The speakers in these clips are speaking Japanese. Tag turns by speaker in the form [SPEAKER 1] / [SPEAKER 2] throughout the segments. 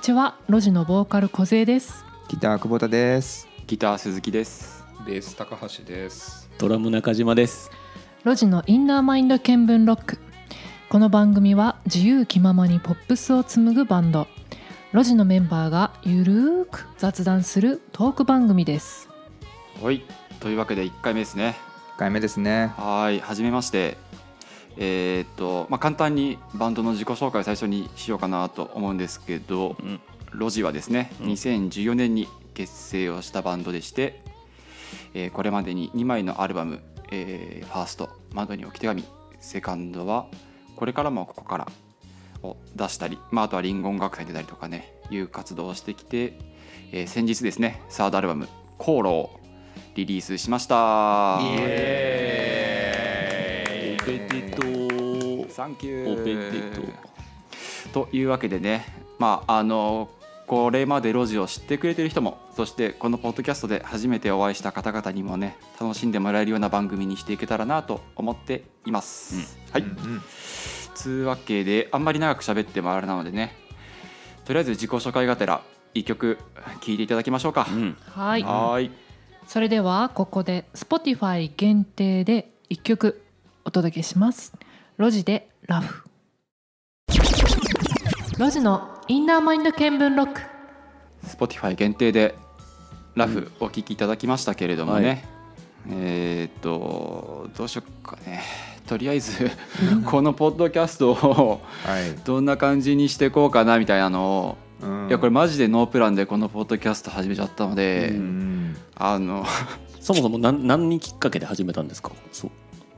[SPEAKER 1] ちは路地のボーカル小杖です
[SPEAKER 2] ギター久保田です。
[SPEAKER 3] ギター鈴木です。
[SPEAKER 4] ベース高橋です。
[SPEAKER 5] ドラム中島です。
[SPEAKER 1] 路地のインナーマインド見聞ロックこの番組は自由気ままにポップスを紡ぐバンド路地のメンバーがゆるーく雑談するトーク番組です
[SPEAKER 3] はい。というわけで1回目ですね。
[SPEAKER 2] 1回目ですね。
[SPEAKER 3] はーい。はじめまして。えーっと、まあ、簡単にバンドの自己紹介を最初にしようかなと思うんですけど、
[SPEAKER 5] うん
[SPEAKER 3] ロジはですね、
[SPEAKER 5] うん
[SPEAKER 3] 2014年に結成をしたバンドでして、えーこれまでに2枚のアルバム、えーファースト「窓に置き手紙」セカンドは「これからもここから」を出したり、まあ、あとはリンゴ音楽祭出たりとかねいう活動をしてきて、えー先日ですねサードアルバム「コーロをリリースしました
[SPEAKER 5] エーイ。おめでとう。
[SPEAKER 3] サンキュー
[SPEAKER 5] おめでとう。
[SPEAKER 3] というわけでねまああのこれまで路地を知ってくれてる人もそしてこのポッドキャストで初めてお会いした方々にもね楽しんでもらえるような番組にしていけたらなと思っています、はい、
[SPEAKER 2] うん
[SPEAKER 3] つうわけであんまり長く喋ってもあれなのでねとりあえず自己紹介がてら一曲聴いていただきましょうか、
[SPEAKER 5] うん。
[SPEAKER 1] はい
[SPEAKER 3] はーい
[SPEAKER 1] それではここで Spotify 限定で1曲お届けします路地でラフ路地のインナーマインド見聞ロック
[SPEAKER 3] Spotify 限定でラフお聴きいただきましたけれどもね、
[SPEAKER 5] は
[SPEAKER 3] えーっとどうしよっかね とりあえずこのポッドキャストを
[SPEAKER 2] はい。
[SPEAKER 3] どんな感じにしていこうかなみたいなのを、
[SPEAKER 2] うん
[SPEAKER 3] いやこれマジでノープランでこのポッドキャスト始めちゃったので、
[SPEAKER 2] うん
[SPEAKER 3] あの
[SPEAKER 5] そもそも何何きっかけで始めたんですか。そう。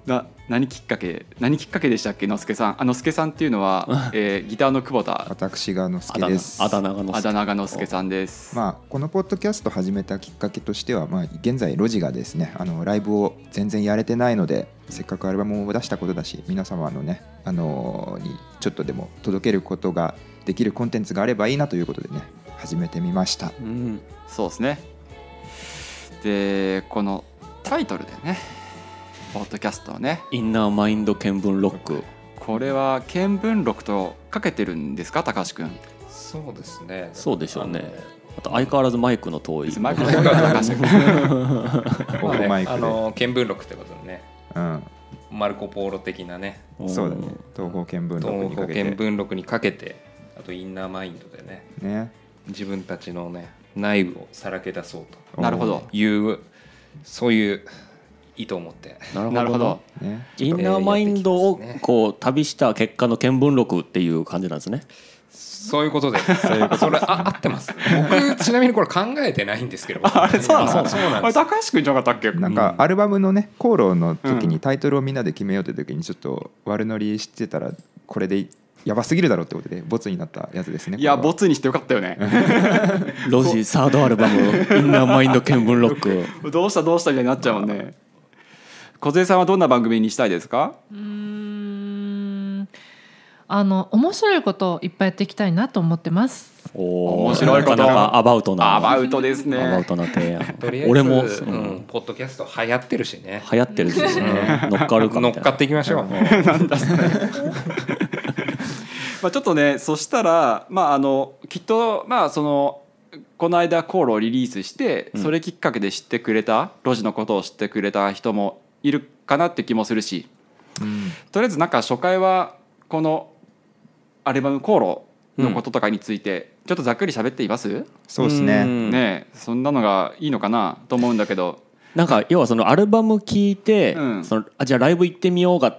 [SPEAKER 3] な何きっかけ何きっかけでしたっけのすけさんあのすけさんっていうのは、えーギターの久保田
[SPEAKER 2] 私がのす
[SPEAKER 5] あ
[SPEAKER 2] け
[SPEAKER 5] だ
[SPEAKER 2] で
[SPEAKER 5] 名
[SPEAKER 2] す。
[SPEAKER 5] あだ名がの
[SPEAKER 3] あ
[SPEAKER 5] せて
[SPEAKER 3] だ名がのすけさんです、
[SPEAKER 2] まあこのポッドキャスト始めたきっかけとしては、まあ現在ロジがですね、あのライブを全然やれてないので、せっかくアルバムを出したことだし、皆様のね、あのーにちょっとでも届けることができるコンテンツがあればいいなということでね、始めてみました。
[SPEAKER 5] うん。
[SPEAKER 3] そうですねでこのタイトルでねポッドキャストをね
[SPEAKER 5] インナーマインド見聞ロック。
[SPEAKER 3] これは見聞録とかけてるんですか高橋君
[SPEAKER 4] そうですね。
[SPEAKER 5] そうでしょうね。あと相変わらずマイクの遠い。
[SPEAKER 3] マイクの方が高橋君
[SPEAKER 4] まあ
[SPEAKER 2] オフマイ
[SPEAKER 4] ね、
[SPEAKER 2] クで
[SPEAKER 4] あの見聞録ってことでね、
[SPEAKER 2] うん、
[SPEAKER 4] マルコポーロ的なね、
[SPEAKER 5] うん
[SPEAKER 2] そうだね。東方見聞録
[SPEAKER 4] 東
[SPEAKER 2] に
[SPEAKER 4] 方
[SPEAKER 2] かけて。
[SPEAKER 4] 見聞録にかけて、あとインナーマインドでね、
[SPEAKER 2] ね。
[SPEAKER 4] 自分たちのね内部をさらけ出そう
[SPEAKER 3] なるほど
[SPEAKER 4] というそういう意図を持って、
[SPEAKER 5] なるほど。
[SPEAKER 3] なるほど。
[SPEAKER 2] ね。
[SPEAKER 5] インナーマインドをこう旅した結果の見聞録っていう感じなんです ね。
[SPEAKER 4] そういうことで、それあ合ってます。僕ちなみにこれ考えてないんですけど、あれ
[SPEAKER 3] そうなの
[SPEAKER 4] そうなん
[SPEAKER 3] あ
[SPEAKER 4] で
[SPEAKER 3] れ
[SPEAKER 4] す。
[SPEAKER 3] 高橋君じゃなかったっけ
[SPEAKER 2] なんかアルバムのね「コーロの時にタイトルをみんなで決めようって時にちょっと悪乗りしてたらこれでやばすぎるだろうってことでボツになったやつですね
[SPEAKER 3] いやボ
[SPEAKER 2] ツ
[SPEAKER 3] ツにしてよかったよね
[SPEAKER 5] ロジサードアル バムインナーマインド見聞ロック。
[SPEAKER 3] どうしたどうしたみたいになっちゃうもんね梢さんはどんな番組にしたいですか
[SPEAKER 1] うーんあの面白いことをいっぱいやっていきたいなと思ってます
[SPEAKER 5] おー
[SPEAKER 3] 面白いこと
[SPEAKER 5] なかなかアバウトな
[SPEAKER 3] アバウトですね
[SPEAKER 5] アバウトな提案
[SPEAKER 4] とりあえず
[SPEAKER 5] 俺も、うん
[SPEAKER 4] うん、ポッドキャスト流行ってるしね。
[SPEAKER 5] 流行ってるし、ね、乗っかるか
[SPEAKER 4] 乗
[SPEAKER 5] み
[SPEAKER 4] った
[SPEAKER 5] い
[SPEAKER 4] か
[SPEAKER 5] な
[SPEAKER 4] っていきましょう。
[SPEAKER 3] まあ、ちょっとねそしたら、まあ、あのきっと、まあ、そのこの間コールをリリースして
[SPEAKER 5] ん
[SPEAKER 3] それきっかけで知ってくれた、路地のことを知ってくれた人もいるかなって気もするしとりあえずなんか初回はこのアルバム「コーロ」のこととかについてちょっとざっくり喋っています、
[SPEAKER 2] そうです
[SPEAKER 5] う
[SPEAKER 2] ね
[SPEAKER 5] ん
[SPEAKER 3] ねえそんなのがいいのかなと思うんだけど
[SPEAKER 5] なんか要はそのアルバム聞いて、
[SPEAKER 3] うん
[SPEAKER 5] そのあじゃあライブ行ってみようが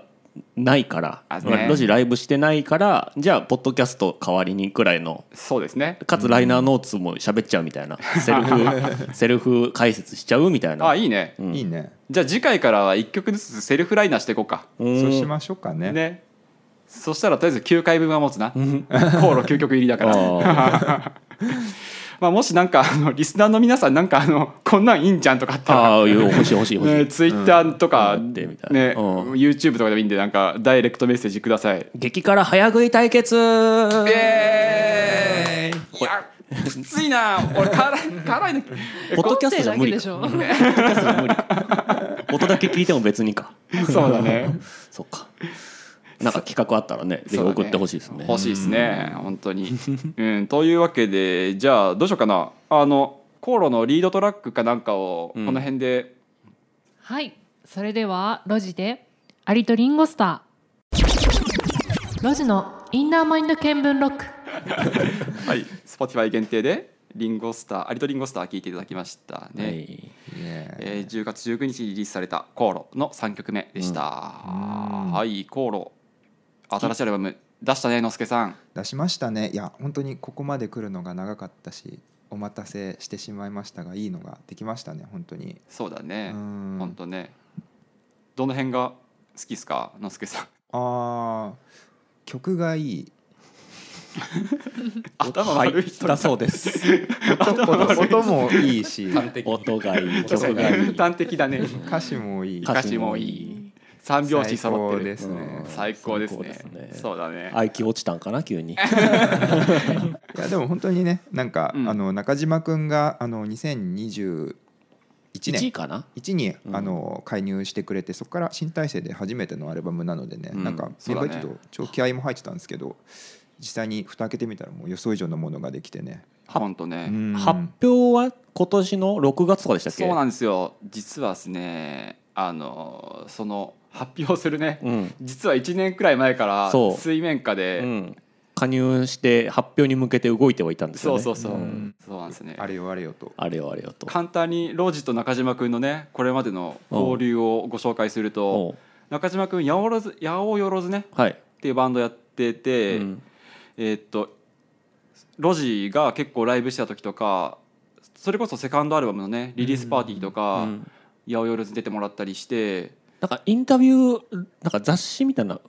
[SPEAKER 5] ないから
[SPEAKER 3] あね
[SPEAKER 5] まあロジライブしてないからじゃあポッドキャスト代わりにくらいの
[SPEAKER 3] そうですね
[SPEAKER 5] かつライナーノーツも喋っちゃうみたいな、セル フセルフ解説しちゃうみたいな
[SPEAKER 3] あいいね
[SPEAKER 5] うん
[SPEAKER 2] いいね
[SPEAKER 3] じゃあ次回からは1曲ずつセルフライナーしていこうか
[SPEAKER 5] ん
[SPEAKER 2] そうしましょうかね
[SPEAKER 3] ねそしたらとりあえず9回分は持つな航路究極入りだから
[SPEAKER 5] あ
[SPEAKER 3] まあ、もしなんかあのリスナーの皆さんなんかあのこんなんいいんじゃんとかあっ
[SPEAKER 5] ー
[SPEAKER 3] たら、
[SPEAKER 5] あー欲しい欲しい欲しい、
[SPEAKER 3] ね、ツイッターとか、
[SPEAKER 5] うん
[SPEAKER 3] ね
[SPEAKER 5] うん
[SPEAKER 3] YouTube とかでもいいんでなんかダイレクトメッセージください
[SPEAKER 5] 激辛早食い対決
[SPEAKER 3] えー、いやきついな俺辛い 辛いの
[SPEAKER 5] ポッドキャストじゃ無理
[SPEAKER 1] 音
[SPEAKER 5] か
[SPEAKER 1] 声
[SPEAKER 5] ポ
[SPEAKER 1] だけでしょ
[SPEAKER 5] ッドキャス トじゃ無理音だけ聞いても別にか
[SPEAKER 3] そうだね
[SPEAKER 5] そうかなんか企画あったらね、ぜひ
[SPEAKER 3] そうだね
[SPEAKER 5] 送ってほしいですね。
[SPEAKER 3] 欲しいですね本当に、うん、というわけでじゃあどうしようかなあの航路のリードトラックかなんかをこ
[SPEAKER 5] うん
[SPEAKER 3] の辺で、
[SPEAKER 1] はいそれではロジでアリとリンゴスターロジのインナーマインド見聞録
[SPEAKER 3] はい、Spotify 限定でリンゴスターアリとリンゴスター聞いていただきましたね、
[SPEAKER 5] はい。
[SPEAKER 2] ねえ
[SPEAKER 3] えー10月19日にリリースされた「コーロ」の3曲目でした、
[SPEAKER 2] うん
[SPEAKER 3] はい「コーロ」新しいアルバム出したねのすけさん
[SPEAKER 2] 出しましたねいや本当にここまで来るのが長かったしお待たせしてしまいましたがいいのができましたね本当に
[SPEAKER 3] そうだ
[SPEAKER 2] う
[SPEAKER 3] ね
[SPEAKER 2] ん
[SPEAKER 3] ほんとねどの辺が好きっすかのすけさん
[SPEAKER 2] あー曲がいい
[SPEAKER 3] 頭悪い人
[SPEAKER 5] だそうです。
[SPEAKER 2] 音音もいいし
[SPEAKER 4] 端的 に
[SPEAKER 5] 音がいい、曲
[SPEAKER 3] 確
[SPEAKER 5] が
[SPEAKER 3] か
[SPEAKER 5] い
[SPEAKER 3] に
[SPEAKER 5] い。
[SPEAKER 3] 端的だね
[SPEAKER 2] 歌詞もいい
[SPEAKER 3] 歌詞もいい三拍子揃っ
[SPEAKER 2] 最高
[SPEAKER 3] て
[SPEAKER 2] で
[SPEAKER 3] る
[SPEAKER 2] すね
[SPEAKER 5] うん
[SPEAKER 3] 最高ですね
[SPEAKER 5] 最高ですね
[SPEAKER 3] そうだね
[SPEAKER 5] 愛嬌落ちたんかな急に。
[SPEAKER 2] いやでも本当にねなんか、
[SPEAKER 3] うん
[SPEAKER 2] あの中島くんがあの2021
[SPEAKER 5] 1位
[SPEAKER 2] 年
[SPEAKER 5] かな。
[SPEAKER 2] 1に、
[SPEAKER 5] うん
[SPEAKER 2] あの介入してくれてそこから新体制で初めてのアルバムなのでね、
[SPEAKER 3] うん
[SPEAKER 2] なんか
[SPEAKER 3] そ
[SPEAKER 2] メ
[SPEAKER 3] う
[SPEAKER 2] ン
[SPEAKER 3] だ
[SPEAKER 2] バ
[SPEAKER 3] ね
[SPEAKER 2] ーちょっと超気合も入ってたんですけど実際に蓋開けてみたらもう予想以上のものができてね、
[SPEAKER 3] ほんとね、
[SPEAKER 2] うん
[SPEAKER 5] 発表は今年の6月とかでしたっけ。。
[SPEAKER 3] そうなんんですよ実はですねあのその発表するね
[SPEAKER 5] うん。
[SPEAKER 3] 実は1年くらい前から
[SPEAKER 5] そう
[SPEAKER 3] 水面下で、
[SPEAKER 5] うん。加入して発表に向けて動いてはいたんですよ
[SPEAKER 3] そう
[SPEAKER 5] ね。
[SPEAKER 3] そうそう、
[SPEAKER 2] うん
[SPEAKER 3] そうなんですね
[SPEAKER 2] あれよあれよと
[SPEAKER 5] あれよあれよと。
[SPEAKER 3] 簡単にロージと中島君のねこれまでの交流をご紹介すると、
[SPEAKER 5] おう
[SPEAKER 3] 中島君八百万八百万ね
[SPEAKER 5] はい。
[SPEAKER 3] っていうバンドやってて、
[SPEAKER 5] うん
[SPEAKER 3] えーっとロジが結構ライブした時とかそれこそセカンドアルバムのねリリースパーティーとか、
[SPEAKER 5] うん
[SPEAKER 3] 八百万出てもらったりして
[SPEAKER 5] なんかインタビューなんか雑誌みたいなの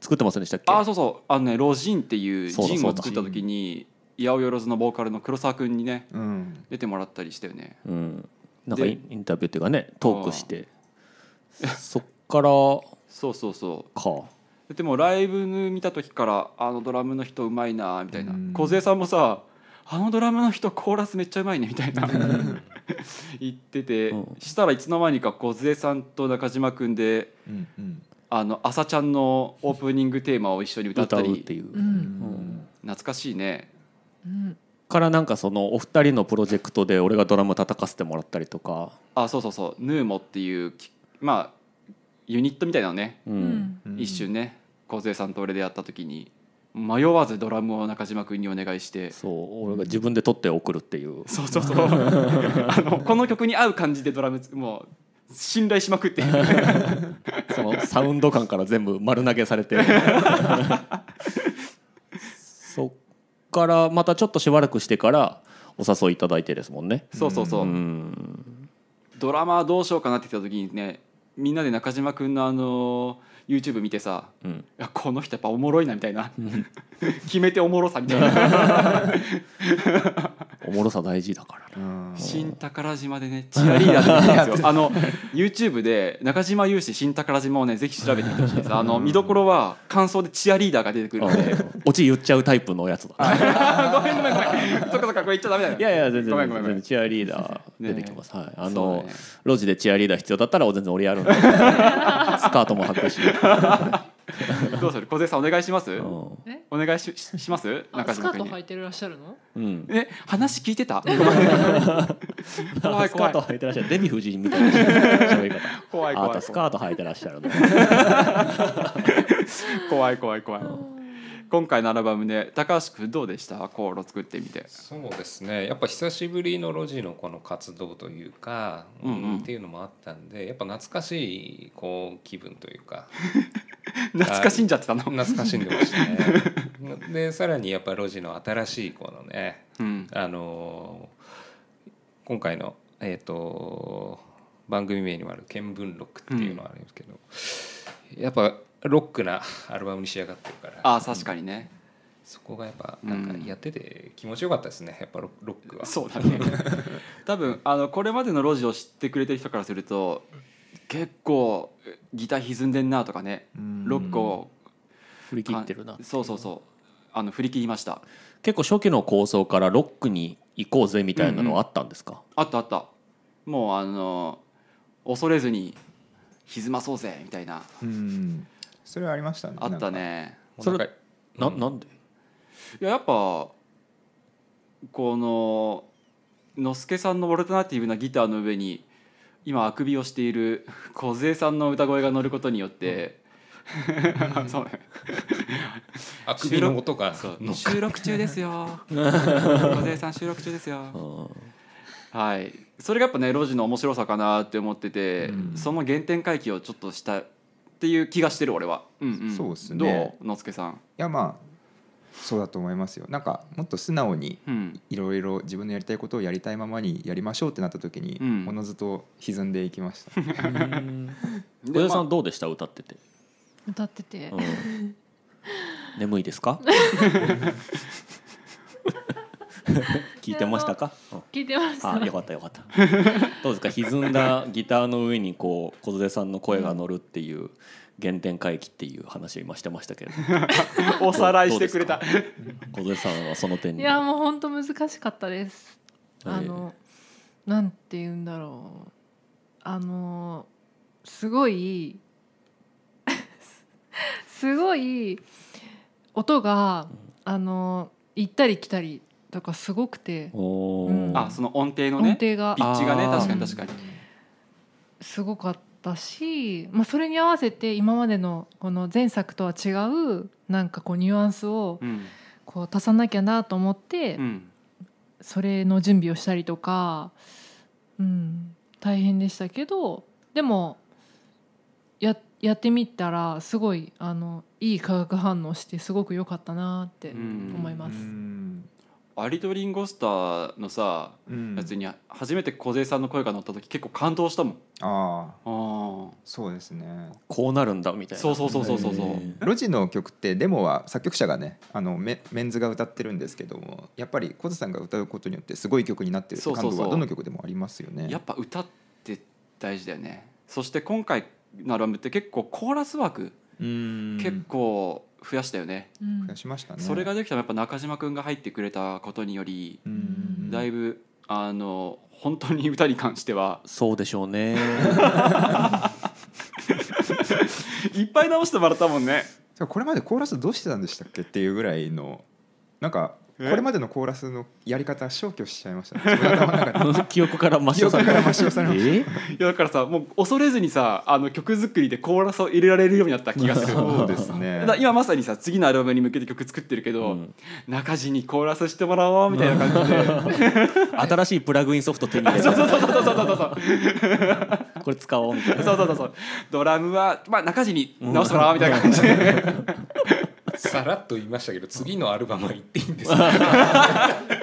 [SPEAKER 5] 作ってませんでしたっけ
[SPEAKER 3] ああそうそうあのね「ロジン」っていう
[SPEAKER 5] そうだ
[SPEAKER 3] ジン
[SPEAKER 5] そう
[SPEAKER 3] を
[SPEAKER 5] だ
[SPEAKER 3] 作った時に八百万のボーカルの黒沢君にね
[SPEAKER 2] うん
[SPEAKER 3] 出てもらったりしたよね
[SPEAKER 5] うん、なんかインインタビューっていうかねトークしてそっから
[SPEAKER 3] そうそうそう
[SPEAKER 5] か
[SPEAKER 3] でもライブ見た時からあのドラムの人うまいなみたいな
[SPEAKER 2] うん
[SPEAKER 3] 小杉さんもさあのドラムの人コーラスめっちゃうまいねみたいな 言ってて、
[SPEAKER 5] うん
[SPEAKER 3] したらいつの間にか小杉さんと中島君で
[SPEAKER 2] うんうん
[SPEAKER 3] あの朝ちゃんのオープニングテーマを一緒に歌っ
[SPEAKER 5] 歌
[SPEAKER 3] た
[SPEAKER 5] うっ
[SPEAKER 3] り
[SPEAKER 5] ていう、
[SPEAKER 1] う
[SPEAKER 2] うんん
[SPEAKER 3] 懐かしいね
[SPEAKER 1] うん
[SPEAKER 5] からなんかそのお二人のプロジェクトで俺がドラム叩かせてもらったりとか、
[SPEAKER 3] あそうそうそうヌーモっていうきまあユニットみたいなのね、
[SPEAKER 5] う
[SPEAKER 1] うんん
[SPEAKER 3] 一瞬ね小杉さんと俺でやった時に迷わずドラムを中島君にお願いして
[SPEAKER 5] そう俺が自分で撮って送るっていう
[SPEAKER 3] そうそうそう あのこの曲に合う感じでドラムもう信頼しまく って
[SPEAKER 5] そのサウンド感から全部丸投げされ てそっからまたちょっとしばらくしてからお誘いいただいてですもんね
[SPEAKER 3] そうそうそう、
[SPEAKER 5] うん
[SPEAKER 3] ドラマーどうしようかなって言った時にねみんなで中島君のあの YouTube 見てさ
[SPEAKER 5] うん
[SPEAKER 3] いやこの人やっぱおもろいなみたいな 決めておもろさみたいな
[SPEAKER 5] おもろさ大事だからな
[SPEAKER 2] うん
[SPEAKER 3] 新宝島でねチアリーダーって言うん ですよあの YouTube で中島雄志新宝島をねぜひ調べてみてほしいですあの見どころは感想でチアリーダーが出てくるので
[SPEAKER 5] オチ言っちゃうタイプのやつだ、ね、
[SPEAKER 3] ごめんごめんごめんそっかそっかこれ言っちゃダメだよ
[SPEAKER 5] いやいや全然
[SPEAKER 3] ごめん
[SPEAKER 5] 全
[SPEAKER 3] ごめんごめ
[SPEAKER 5] 然
[SPEAKER 3] ん
[SPEAKER 5] チアリーダー出てきます、はい
[SPEAKER 3] そう
[SPEAKER 5] あの、
[SPEAKER 3] だね
[SPEAKER 5] 路地でチアリーダー必要だったら全然俺 やるんでスカートも履くし、
[SPEAKER 3] どうする小杉さんお願いします、
[SPEAKER 5] うん
[SPEAKER 1] え
[SPEAKER 3] お願いししします
[SPEAKER 1] あ
[SPEAKER 3] 中
[SPEAKER 1] スカー
[SPEAKER 3] 島君
[SPEAKER 1] ト
[SPEAKER 3] に
[SPEAKER 1] 履いてらっしゃるの
[SPEAKER 5] うん、
[SPEAKER 3] え話聞いて た怖い
[SPEAKER 5] スカ
[SPEAKER 3] 怖い
[SPEAKER 5] ート履いてらっしゃるデヴィ夫人みたいな喋り方
[SPEAKER 3] 怖い
[SPEAKER 5] あな
[SPEAKER 3] 怖い
[SPEAKER 5] たスカート履いてらっしゃ るね
[SPEAKER 3] 怖い怖い怖い今回のアルバムね高橋君どうでしたコーロ作ってみて
[SPEAKER 4] そうですねやっぱ久しぶりの路地のこの活動というか、
[SPEAKER 3] うんうん
[SPEAKER 4] っていうのもあったんでやっぱ懐かしいこう気分というか
[SPEAKER 3] 懐かしんじゃってたの、
[SPEAKER 4] 懐かしんでましたね。でさらにやっぱ路地の新しいこのね
[SPEAKER 3] うん、
[SPEAKER 4] あのー今回の、えー、と番組名にもある「見聞録」っていうのはあるんですけど、やっぱロックなアルバムに仕上がってるから
[SPEAKER 3] あ確かにね
[SPEAKER 4] そこがやっぱなんかやってて気持ちよかったですねやっぱロロックは。
[SPEAKER 3] そうだね 多分あのこれまでのロジを知ってくれてる人からすると結構ギター歪んでんなとかね
[SPEAKER 2] うん
[SPEAKER 3] ロックを
[SPEAKER 5] 振り切ってるな
[SPEAKER 3] そうそうそうあの振り切りました
[SPEAKER 5] 結構初期の構想からロックに行こうぜみたいなのはあったんですか、
[SPEAKER 3] あったあったもうあの恐れずに歪まそうぜみたいな
[SPEAKER 2] うんそれはありましたね
[SPEAKER 3] あった
[SPEAKER 2] なんか
[SPEAKER 3] ね
[SPEAKER 5] それ
[SPEAKER 4] なんか
[SPEAKER 5] な
[SPEAKER 4] うん
[SPEAKER 5] なんで
[SPEAKER 3] いややっぱこののすけさんのオルタナティブなギターの上に今あくびをしている梢さんの歌声が乗ることによって、そう
[SPEAKER 4] あくびの音が
[SPEAKER 3] そう
[SPEAKER 4] の
[SPEAKER 3] 収録中ですよ梢さん収録中ですよはい、それがやっぱね路地の面白さかなって思ってて、
[SPEAKER 4] うん
[SPEAKER 3] その原点回帰をちょっとしたっていう気がしてる俺は、うんん
[SPEAKER 2] そうっすね
[SPEAKER 3] どうのすけさん、
[SPEAKER 2] いやまあそうだと思いますよなんかもっと素直に
[SPEAKER 3] うん、
[SPEAKER 2] いろいろ自分のやりたいことをやりたいままにやりましょうってなった時に、
[SPEAKER 3] うん
[SPEAKER 2] おのずと歪んでいきま した
[SPEAKER 5] 小田さんどうでした歌ってて、
[SPEAKER 1] 歌ってて
[SPEAKER 5] うん 眠いですか 聞いてましたか、うん
[SPEAKER 1] 聞いてまし
[SPEAKER 5] あ
[SPEAKER 1] た
[SPEAKER 5] よかったよかったどうですか歪んだギターの上にこう小出さんの声が乗るっていう原点回帰っていう話を今してましたけれ ど
[SPEAKER 3] おさらいしてくれた
[SPEAKER 5] ど小出さんはその点
[SPEAKER 1] い
[SPEAKER 5] に
[SPEAKER 1] やもう本当難しかったです。
[SPEAKER 5] はい
[SPEAKER 1] あのなんて言うんだろうあのすごい すごい音があの行ったり来たりとかすごくて
[SPEAKER 5] おー
[SPEAKER 1] うん
[SPEAKER 3] あその音程の
[SPEAKER 1] 音
[SPEAKER 3] ね
[SPEAKER 1] 程が
[SPEAKER 3] ピッチがね
[SPEAKER 5] あー
[SPEAKER 3] 確かに確かに、
[SPEAKER 1] すごかったし、まあ、それに合わせて今までのこの前作とは違うなんかこうニュアンスを
[SPEAKER 3] うん
[SPEAKER 1] こう足さなきゃなと思って
[SPEAKER 3] う。ん
[SPEAKER 1] それの準備をしたりとか、うん、大変でしたけどでもややってみたらすごいあのいい化学反応してすごく良かったなって
[SPEAKER 3] うん
[SPEAKER 1] 思います。
[SPEAKER 2] うん
[SPEAKER 3] アリとリンゴスターのさ
[SPEAKER 2] うん
[SPEAKER 3] やつに初めて梢さんの声が乗った時結構感動したもん
[SPEAKER 2] ああ
[SPEAKER 3] あ
[SPEAKER 2] そうですね
[SPEAKER 5] こうなるんだみた
[SPEAKER 3] あ
[SPEAKER 5] いな
[SPEAKER 3] そうそうそうそうそうそう
[SPEAKER 5] へ
[SPEAKER 2] ロジの曲ってデモは作曲者がねあのメメンズが歌ってるんですけどもやっぱりコズさんが歌うことによってすごい曲になってるって
[SPEAKER 3] そうそ
[SPEAKER 2] 感
[SPEAKER 3] うそう
[SPEAKER 2] 動はどの曲でもありますよね
[SPEAKER 3] やっぱ歌って大事だよねそして今回のアルバムって結構コーラス枠
[SPEAKER 2] うん
[SPEAKER 3] 結構増やしたよね、
[SPEAKER 1] うん
[SPEAKER 2] 出しましたね
[SPEAKER 3] それができたのはやっぱ中島君が入ってくれたことにより
[SPEAKER 2] うん
[SPEAKER 3] だいぶあの本当に歌に関しては
[SPEAKER 5] そうでしょうね
[SPEAKER 3] いっぱい直してもらったもんね
[SPEAKER 2] そうこれまでコーラスどうしてたんでしたっけっていうぐらいのなんかこ
[SPEAKER 3] え
[SPEAKER 2] れまでのコーラスのやり方消去しちゃいましたね自分の頭の中で
[SPEAKER 5] 記憶から抹消され
[SPEAKER 2] 記憶から抹消されま
[SPEAKER 5] え
[SPEAKER 3] いやだからさもう恐れずにさあの曲作りでコーラスを入れられるようになった気がする
[SPEAKER 2] そうですね
[SPEAKER 3] だから今まさにさ次のアルバムに向けて曲作ってるけど、
[SPEAKER 5] うん
[SPEAKER 3] 中地にコーラスしてもらおうみたいな感じで
[SPEAKER 5] 新しいプラグインソフト手に入れ
[SPEAKER 3] そう
[SPEAKER 5] た
[SPEAKER 3] そうそうそうそうそうそうそう
[SPEAKER 5] これ使おうみたいな
[SPEAKER 3] そうそうそうドラムは、まあ、中地に直してもらおうみたいな感じで
[SPEAKER 4] さらっと言いましたけど次のアルバムは言っていいんですか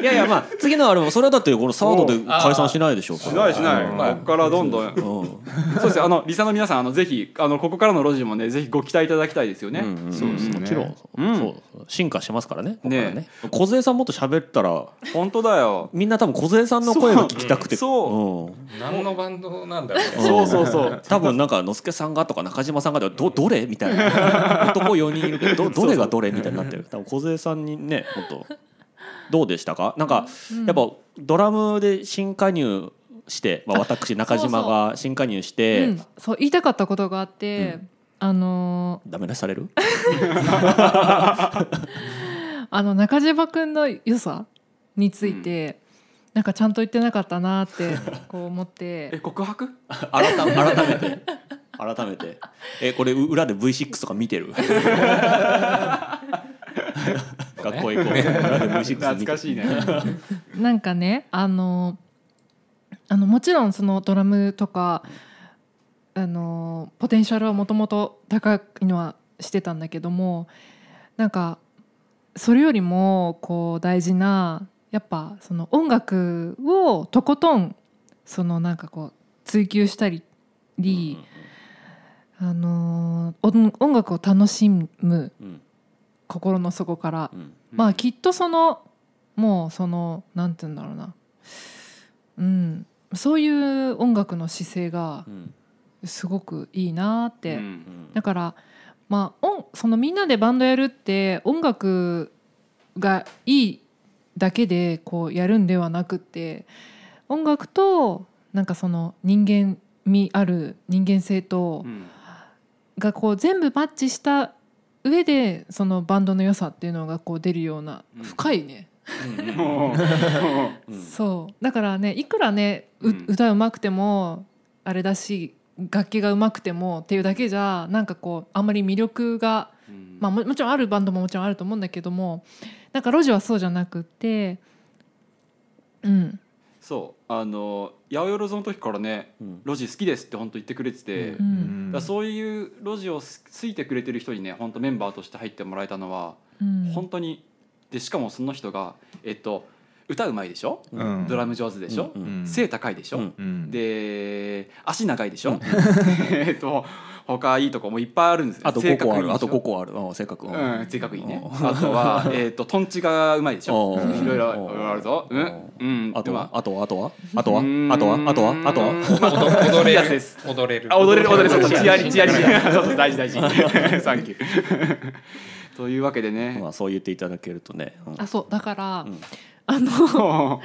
[SPEAKER 5] いやいやまあ次のあれもそれだってこのサードで解散しないでしょう
[SPEAKER 3] しないしない、
[SPEAKER 4] まあ
[SPEAKER 3] ここからどんどん
[SPEAKER 5] うん
[SPEAKER 3] そうですよあのリサの皆さんあのぜひあのここからの路地もねぜひご期待いただきたいですよね。
[SPEAKER 5] うんうん
[SPEAKER 2] そうですね
[SPEAKER 5] もちろんそう
[SPEAKER 3] うん
[SPEAKER 5] そうそう進化してますからねここからね
[SPEAKER 3] ね
[SPEAKER 5] 梢さんもっと喋ったら
[SPEAKER 3] 本当だよ。
[SPEAKER 5] みんな多分梢さんの声が聞きたくて
[SPEAKER 3] そう
[SPEAKER 5] うん
[SPEAKER 4] 何のバンドなんだろうね
[SPEAKER 3] そうそうそう。
[SPEAKER 5] 多分なんかのすけさんがとか中島さんがとかどどれみた いな男4人いるけどどどれがどれみたいになってる多分梢さんにねもっとどうでしたかなんか
[SPEAKER 1] うん
[SPEAKER 5] やっぱドラムで新加入して、まあ、私中島が新加入し
[SPEAKER 1] う
[SPEAKER 5] て
[SPEAKER 1] んそう言いたかったことがあって、
[SPEAKER 5] う
[SPEAKER 1] あの
[SPEAKER 5] ダメ出しされる
[SPEAKER 1] あの中島君の良さについて、なんかちゃんと言ってなかったなってこう思っ
[SPEAKER 3] え
[SPEAKER 1] て
[SPEAKER 3] 告白？
[SPEAKER 5] 改め改めて改めてえこれう裏で V6 とか見てる学校行こう裏で V6 見て
[SPEAKER 3] 懐かしいね。
[SPEAKER 1] なんかねあのあのもちろんそのドラムとかあのポテンシャルはもともと高いのはしてたんだけどもなんかそれよりもこう大事なやっぱその音楽をとことんそのなんかこう追求したり、あの音音楽を楽しむ
[SPEAKER 5] うんうん
[SPEAKER 1] 心の底から
[SPEAKER 5] うん
[SPEAKER 1] まあきっとそのもうそのなんて言うんだろうなうんそういう音楽の姿勢が
[SPEAKER 5] うん
[SPEAKER 1] すごくいいなって、
[SPEAKER 3] うん
[SPEAKER 1] だからまあ音そのみんなでバンドやるって音楽がいいだけでこうやるんではなくって音楽となんかその人間味ある人間性と、
[SPEAKER 3] うん
[SPEAKER 1] がこう全部マッチした上でそのバンドの良さっていうのがこう出るような
[SPEAKER 3] うん
[SPEAKER 1] 深いね、
[SPEAKER 3] もう
[SPEAKER 5] うん
[SPEAKER 1] そうだからねいくらねう、
[SPEAKER 3] うん
[SPEAKER 1] 歌うまくてもあれだし楽器がうまくてもっていうだけじゃなんかこうあんまり魅力が
[SPEAKER 3] うん
[SPEAKER 1] まあ、ももちろんあるバンドももちろんあると思うんだけどもなんか路地はそうじゃなくてうん
[SPEAKER 3] そうあの八百万の時からね
[SPEAKER 5] うん
[SPEAKER 3] 路地好きですって本当言ってくれてて、
[SPEAKER 1] う
[SPEAKER 3] だ
[SPEAKER 1] ん
[SPEAKER 3] からそういう路地をす好いてくれてる人にね本当メンバーとして入ってもらえたのは
[SPEAKER 1] うん
[SPEAKER 3] 本当にでしかもその人がえっと歌うまいでしょ、
[SPEAKER 2] うん
[SPEAKER 3] ドラム上手でしょ、
[SPEAKER 5] うん
[SPEAKER 2] うん
[SPEAKER 3] 背高いでしょ、
[SPEAKER 5] うん
[SPEAKER 2] うん
[SPEAKER 3] で足長いでしょ、 えっと他いいとこもいっぱいあるんですよ
[SPEAKER 5] あと
[SPEAKER 3] 性
[SPEAKER 5] 5
[SPEAKER 3] 格
[SPEAKER 5] 個
[SPEAKER 3] いいでし
[SPEAKER 5] ある
[SPEAKER 3] ょ
[SPEAKER 5] あと5個あるうん性格
[SPEAKER 3] うん、性格いいね。あと は、えっ、と、トンチがうまいでしょ
[SPEAKER 5] お。ー
[SPEAKER 3] いろいろあるぞ。うん、うん、
[SPEAKER 5] あとは
[SPEAKER 3] ま
[SPEAKER 5] あとはあとはあ
[SPEAKER 3] あ
[SPEAKER 5] とはあとはあとはあとは
[SPEAKER 3] まあ
[SPEAKER 4] 踊
[SPEAKER 3] いい
[SPEAKER 4] れ
[SPEAKER 3] やつで
[SPEAKER 4] る
[SPEAKER 3] す。
[SPEAKER 4] 踊れる
[SPEAKER 3] あ、踊れる、踊れる、そう、
[SPEAKER 4] チ
[SPEAKER 3] チ
[SPEAKER 4] ア
[SPEAKER 3] ア
[SPEAKER 4] リ
[SPEAKER 3] リ、
[SPEAKER 4] チ
[SPEAKER 3] チ
[SPEAKER 4] ア
[SPEAKER 3] ア
[SPEAKER 4] リ
[SPEAKER 3] リ。そうそう大事、大事。 サンキュー。 というわけでね
[SPEAKER 5] ま。あそう言っていただけるとねうん
[SPEAKER 1] あそうだから、
[SPEAKER 5] うん
[SPEAKER 1] あの
[SPEAKER 3] そ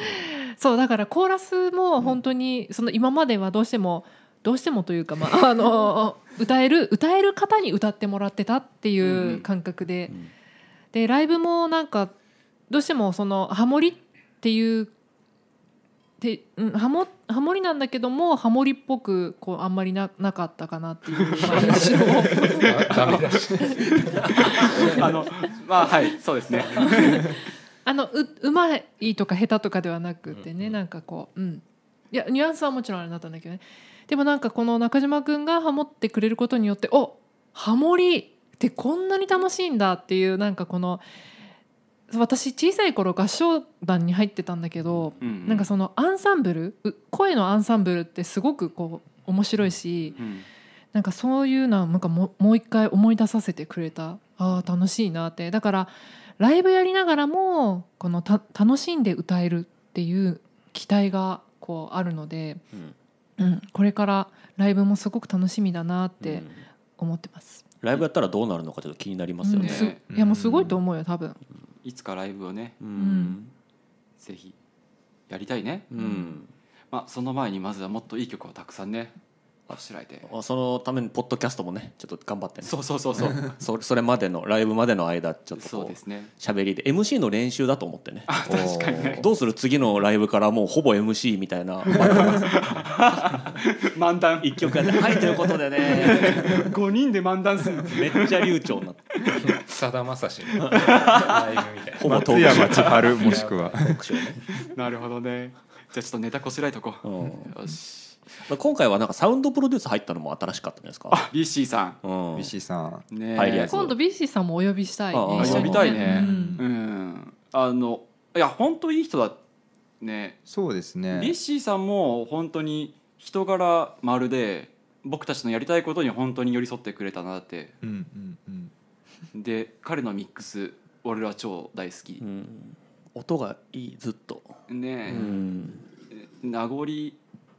[SPEAKER 1] そうだからコーラスも本当に、その今まではどうしてもどうしてもというか、まあ、あ の歌える歌える方に歌ってもらってたっていう感覚で、
[SPEAKER 5] ん
[SPEAKER 1] でライブもなんかどうしてもそのハモリっていうて、うん、ハモハモリなんだけどもハモリっぽくこうあんまりななかったかなっていうまあ印象を
[SPEAKER 4] ダ メだし
[SPEAKER 3] うあの、まあ、はい、そうですね。
[SPEAKER 1] あのううまいとか下手とかではなくてね、なんかこううんいやニュアンスはもちろんあれだったんだけどねでもなんかこの中島君がハモってくれることによっておハモリってこんなに楽しいんだっていうなんかこの私小さい頃合唱団に入ってたんだけど、
[SPEAKER 3] うん
[SPEAKER 1] なんか、そのアンサンブルう声のアンサンブルってすごくこう面白いし
[SPEAKER 3] うん
[SPEAKER 1] なんかそういうのはなんかももう一回思い出させてくれたあー楽しいなってだからライブやりながらもこのた楽しんで歌えるっていう期待がこうあるので、
[SPEAKER 5] うん
[SPEAKER 1] うん、これからライブもすごく楽しみだなって思ってます。
[SPEAKER 5] ライブやったらどうなるのかちょっと気になりますよ
[SPEAKER 1] うん
[SPEAKER 5] ね
[SPEAKER 1] すいやもうすごいと思うよ多分。
[SPEAKER 3] いつかライブをね、
[SPEAKER 5] うん
[SPEAKER 3] ぜひ。やりたいね。
[SPEAKER 5] うん
[SPEAKER 3] まあ、その前に、まずはもっといい曲をたくさんね。こしらえて。
[SPEAKER 5] あそのためにポッドキャストもねちょっと頑張ってね
[SPEAKER 3] そうそうそうそう。
[SPEAKER 5] そ れそれまでのライブまでの間ちょっと
[SPEAKER 3] そう
[SPEAKER 5] こ
[SPEAKER 3] で
[SPEAKER 5] う
[SPEAKER 3] すね。
[SPEAKER 5] 喋りで MC の練習だと思ってね
[SPEAKER 4] 確かに
[SPEAKER 5] どうする次のライブからもうほぼ MC みたいな
[SPEAKER 3] 漫談。
[SPEAKER 5] 一 曲やってはいということでね
[SPEAKER 3] 5人で漫談する
[SPEAKER 5] めっちゃ流暢 な
[SPEAKER 4] さだまさしのライブみたいな
[SPEAKER 5] ほぼト
[SPEAKER 2] 松
[SPEAKER 5] ークショ
[SPEAKER 2] 山
[SPEAKER 5] ー
[SPEAKER 2] 千春もしくは
[SPEAKER 5] トークショーね
[SPEAKER 3] なるほどねじゃあちょっとネタこしらえとこう、
[SPEAKER 5] うん
[SPEAKER 3] よし
[SPEAKER 5] 今回はなんかサウンドプロデュース入ったのも新しかったんですか
[SPEAKER 3] あビッシーさん
[SPEAKER 5] うん
[SPEAKER 2] 石井さん
[SPEAKER 3] ねえ
[SPEAKER 5] 入りやすい
[SPEAKER 1] 今度ビッシーさんもお呼びしたい、ね
[SPEAKER 5] ああ
[SPEAKER 1] 一緒に
[SPEAKER 3] あ呼びたいね
[SPEAKER 1] うん
[SPEAKER 3] うんあのいや本当いい人だね
[SPEAKER 2] そうです
[SPEAKER 3] ビッ
[SPEAKER 2] ね
[SPEAKER 3] シーさんも本当に人柄まるで僕たちのやりたいことに本当に寄り添ってくれたなって
[SPEAKER 2] うんうんうん
[SPEAKER 3] で彼のミックス俺ら超大好き
[SPEAKER 5] う、ん音がいいずっとう
[SPEAKER 3] ね
[SPEAKER 5] ん
[SPEAKER 3] え、名残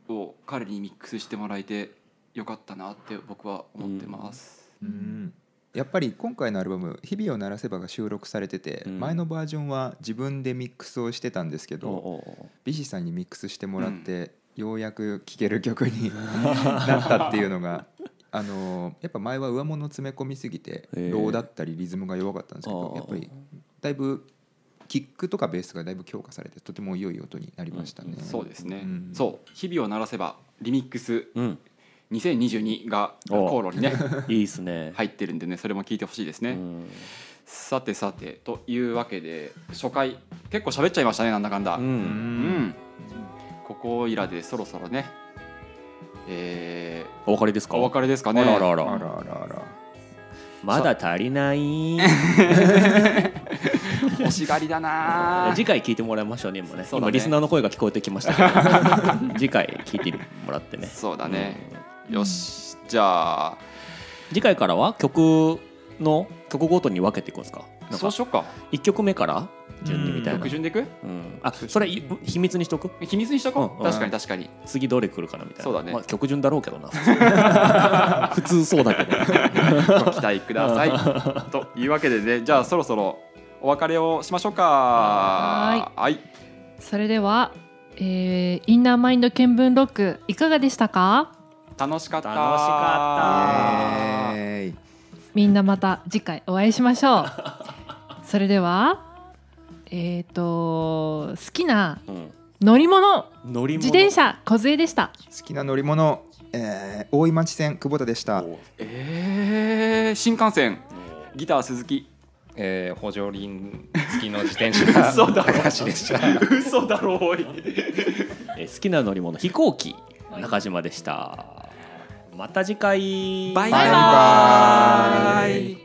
[SPEAKER 3] を彼にミックスしてもらえてよかったなって僕は思ってます、
[SPEAKER 2] うんやっぱり今回のアルバム「日々を鳴らせば」が収録されてて、
[SPEAKER 5] うん
[SPEAKER 2] 前のバージョンは自分でミックスをしてたんですけ
[SPEAKER 5] おう
[SPEAKER 2] ど
[SPEAKER 5] おうおう
[SPEAKER 2] ビシさんにミックスしてもらって、ようやく聴ける曲になったっていうのが。あのーやっぱ前は上物詰め込みすぎて
[SPEAKER 5] へえ
[SPEAKER 2] ローだったりリズムが弱かったんですけ
[SPEAKER 5] あ
[SPEAKER 2] ど
[SPEAKER 5] あ
[SPEAKER 2] やっぱりだいぶキックとかベースがだいぶ強化されてとても良い音になりましたね。
[SPEAKER 3] そうですね、
[SPEAKER 2] うん
[SPEAKER 3] そう「日々を鳴らせば」リミックス
[SPEAKER 5] うん
[SPEAKER 3] 2022が
[SPEAKER 5] お
[SPEAKER 3] 航路にね
[SPEAKER 5] いいですね
[SPEAKER 3] 入ってるんでねそれも聞いてほしいですね、
[SPEAKER 5] うん
[SPEAKER 3] さてさてというわけで初回結構喋っちゃいましたねなんだかんだ
[SPEAKER 5] う
[SPEAKER 3] うん、
[SPEAKER 5] ん
[SPEAKER 3] ここいらでそろそろねえ
[SPEAKER 5] お別れです
[SPEAKER 3] ー
[SPEAKER 5] か
[SPEAKER 3] お別れですかね
[SPEAKER 5] あらあらあ
[SPEAKER 2] あら
[SPEAKER 5] ら
[SPEAKER 2] あらあら
[SPEAKER 5] まだ足 りない
[SPEAKER 3] 欲しがりだな
[SPEAKER 5] 次回聞いてもらいましょうね今ね
[SPEAKER 3] そうだ
[SPEAKER 5] 今
[SPEAKER 3] ね
[SPEAKER 5] リスナーの声が聞こえてきましたけ ど次回聞いてもらってね
[SPEAKER 3] そうだね、
[SPEAKER 5] うん
[SPEAKER 3] よしじゃあ
[SPEAKER 5] 次回からは曲の曲ごとに分けていくんですかなん
[SPEAKER 3] そう
[SPEAKER 5] か
[SPEAKER 3] しよっか
[SPEAKER 5] 1曲目から順にみたいな、
[SPEAKER 3] 曲順でいく
[SPEAKER 5] うんあそれい秘密にしとく
[SPEAKER 3] 秘密にしとこう、
[SPEAKER 5] うんうん
[SPEAKER 3] 確かに確かに
[SPEAKER 5] 次どれ来るかなみたいな
[SPEAKER 3] そうだね
[SPEAKER 5] まあ、曲順だろうけどな 普通そうだけど
[SPEAKER 3] ご期待く ださいというわけでねじゃあそろそろお別れをしましょうかは
[SPEAKER 1] は
[SPEAKER 3] はい
[SPEAKER 1] それでは、えーインナーマインド見聞録いかがでしたか
[SPEAKER 3] 楽楽しかった
[SPEAKER 5] 楽しか
[SPEAKER 2] イエーイ
[SPEAKER 1] みんなまた次回お会いしましょうそれではえっ、と好きな
[SPEAKER 5] うん
[SPEAKER 1] 乗り物
[SPEAKER 5] 乗り物
[SPEAKER 1] 自転車梢でした
[SPEAKER 2] 好きな乗り物、えー大井町線久保田でした
[SPEAKER 5] お
[SPEAKER 3] えー、新幹線ギター鈴木
[SPEAKER 4] えー、補助輪付きの自転車 が
[SPEAKER 5] 嘘だろ
[SPEAKER 4] 私でした。
[SPEAKER 3] 嘘だろおい
[SPEAKER 5] えー好きな乗り物飛行機中島でしたまた次回
[SPEAKER 3] バイ
[SPEAKER 2] バイ
[SPEAKER 3] バイ
[SPEAKER 2] バイ
[SPEAKER 3] バイ